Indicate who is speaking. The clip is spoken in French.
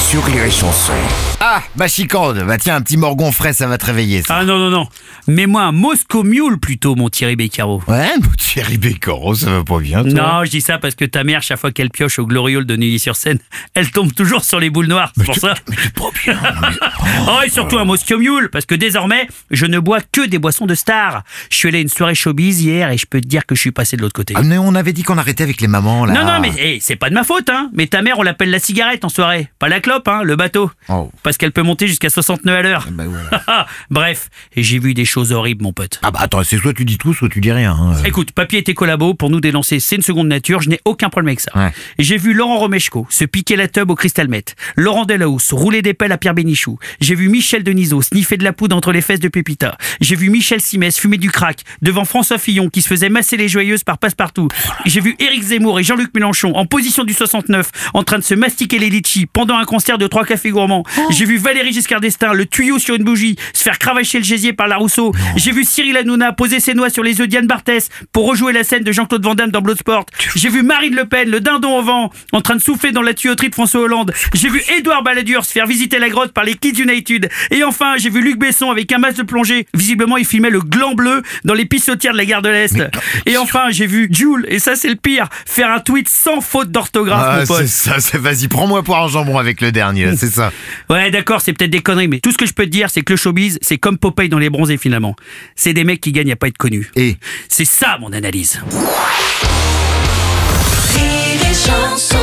Speaker 1: sur Rire et Chanson.
Speaker 2: Ah, ma chicande Bah tiens, un petit morgon frais, ça va te réveiller, ça.
Speaker 3: Ah non, non, non. Mets-moi un Moscow Mule plutôt, mon Thierry Beccaro.
Speaker 2: Ouais, mon Thierry Bécoro, ça va pas bien, toi
Speaker 3: Non, je dis ça parce que ta mère, chaque fois qu'elle pioche au Gloriole de Neuilly-sur-Seine, elle tombe toujours sur les boules noires, c'est pour ça.
Speaker 2: Pas bien, hein,
Speaker 3: Oh, et surtout un Moscow Mule, parce que désormais, je ne bois que des boissons de stars. Je suis allé à une soirée showbiz hier et je peux te dire que je suis passé de l'autre côté.
Speaker 2: Ah, bah. mais on avait dit qu'on arrêtait avec les mamans, là.
Speaker 3: Non, non, mais eh, c'est pas de ma faute, hein. Mais ta mère, on l'appelle la cigarette en soirée. Pas la clope, hein, le bateau.
Speaker 2: Oh.
Speaker 3: Parce qu'elle peut monter jusqu'à 60 nœuds à l'heure.
Speaker 2: Bah ouais.
Speaker 3: Bref, et j'ai vu des choses horribles, mon pote.
Speaker 2: Ah bah attends, c'est soit tu dis tout, soit tu dis rien. hein.
Speaker 3: Écoute, papier et tes collabos, pour nous dénoncer, c'est une seconde nature, je n'ai aucun problème avec ça.
Speaker 2: Ouais.
Speaker 3: Et J'ai vu Laurent Romeshko se piquer la teub au Crystal Met, Laurent Delahousse rouler des pelles à Pierre Bénichou, j'ai vu Michel Denisot sniffer de la poudre entre les fesses de Pépita, j'ai vu Michel Simès fumer du crack devant François Fillon qui se faisait masser les joyeuses par passe-partout, j'ai vu Éric Zemmour et Jean-Luc Mélenchon en position du 69 en train de se mastiquer les litchis pendant un concert de trois cafés gourmands, j'ai vu Valérie Giscard d'Estaing le tuyau sur une bougie se faire cravacher le gésier par la Rousseau, j'ai vu Cyril Hanouna poser ses noix sur les yeux de Diane Barthès pour rejouer la scène de Jean-Claude Van Damme dans Bloodsport. J'ai vu Marine Le Pen, le dindon au vent, en train de souffler dans la tuyauterie de François Hollande. J'ai vu Édouard Balladur se faire visiter la grotte par les Kids United. Et enfin, j'ai vu Luc Besson avec un masque de plongée. Visiblement, il filmait le gland bleu dans les pissotières de la gare de l'Est. Et enfin, j'ai vu Jules, et ça c'est le pire, faire un tweet sans faute d'orthographe,
Speaker 2: Ah,
Speaker 3: mon
Speaker 2: c'est
Speaker 3: pote.
Speaker 2: ça, c'est vas-y, prends-moi pour un jambon avec le dernier, là, c'est ça.
Speaker 3: Ouais, d'accord, c'est peut-être des conneries, mais tout ce que je peux te dire, c'est que le showbiz, c'est comme Popeye dans les bronzés finalement. C'est des mecs qui gagnent à pas être connus.
Speaker 2: Et
Speaker 3: C'est ça mon analyse.
Speaker 4: Rire et chanson.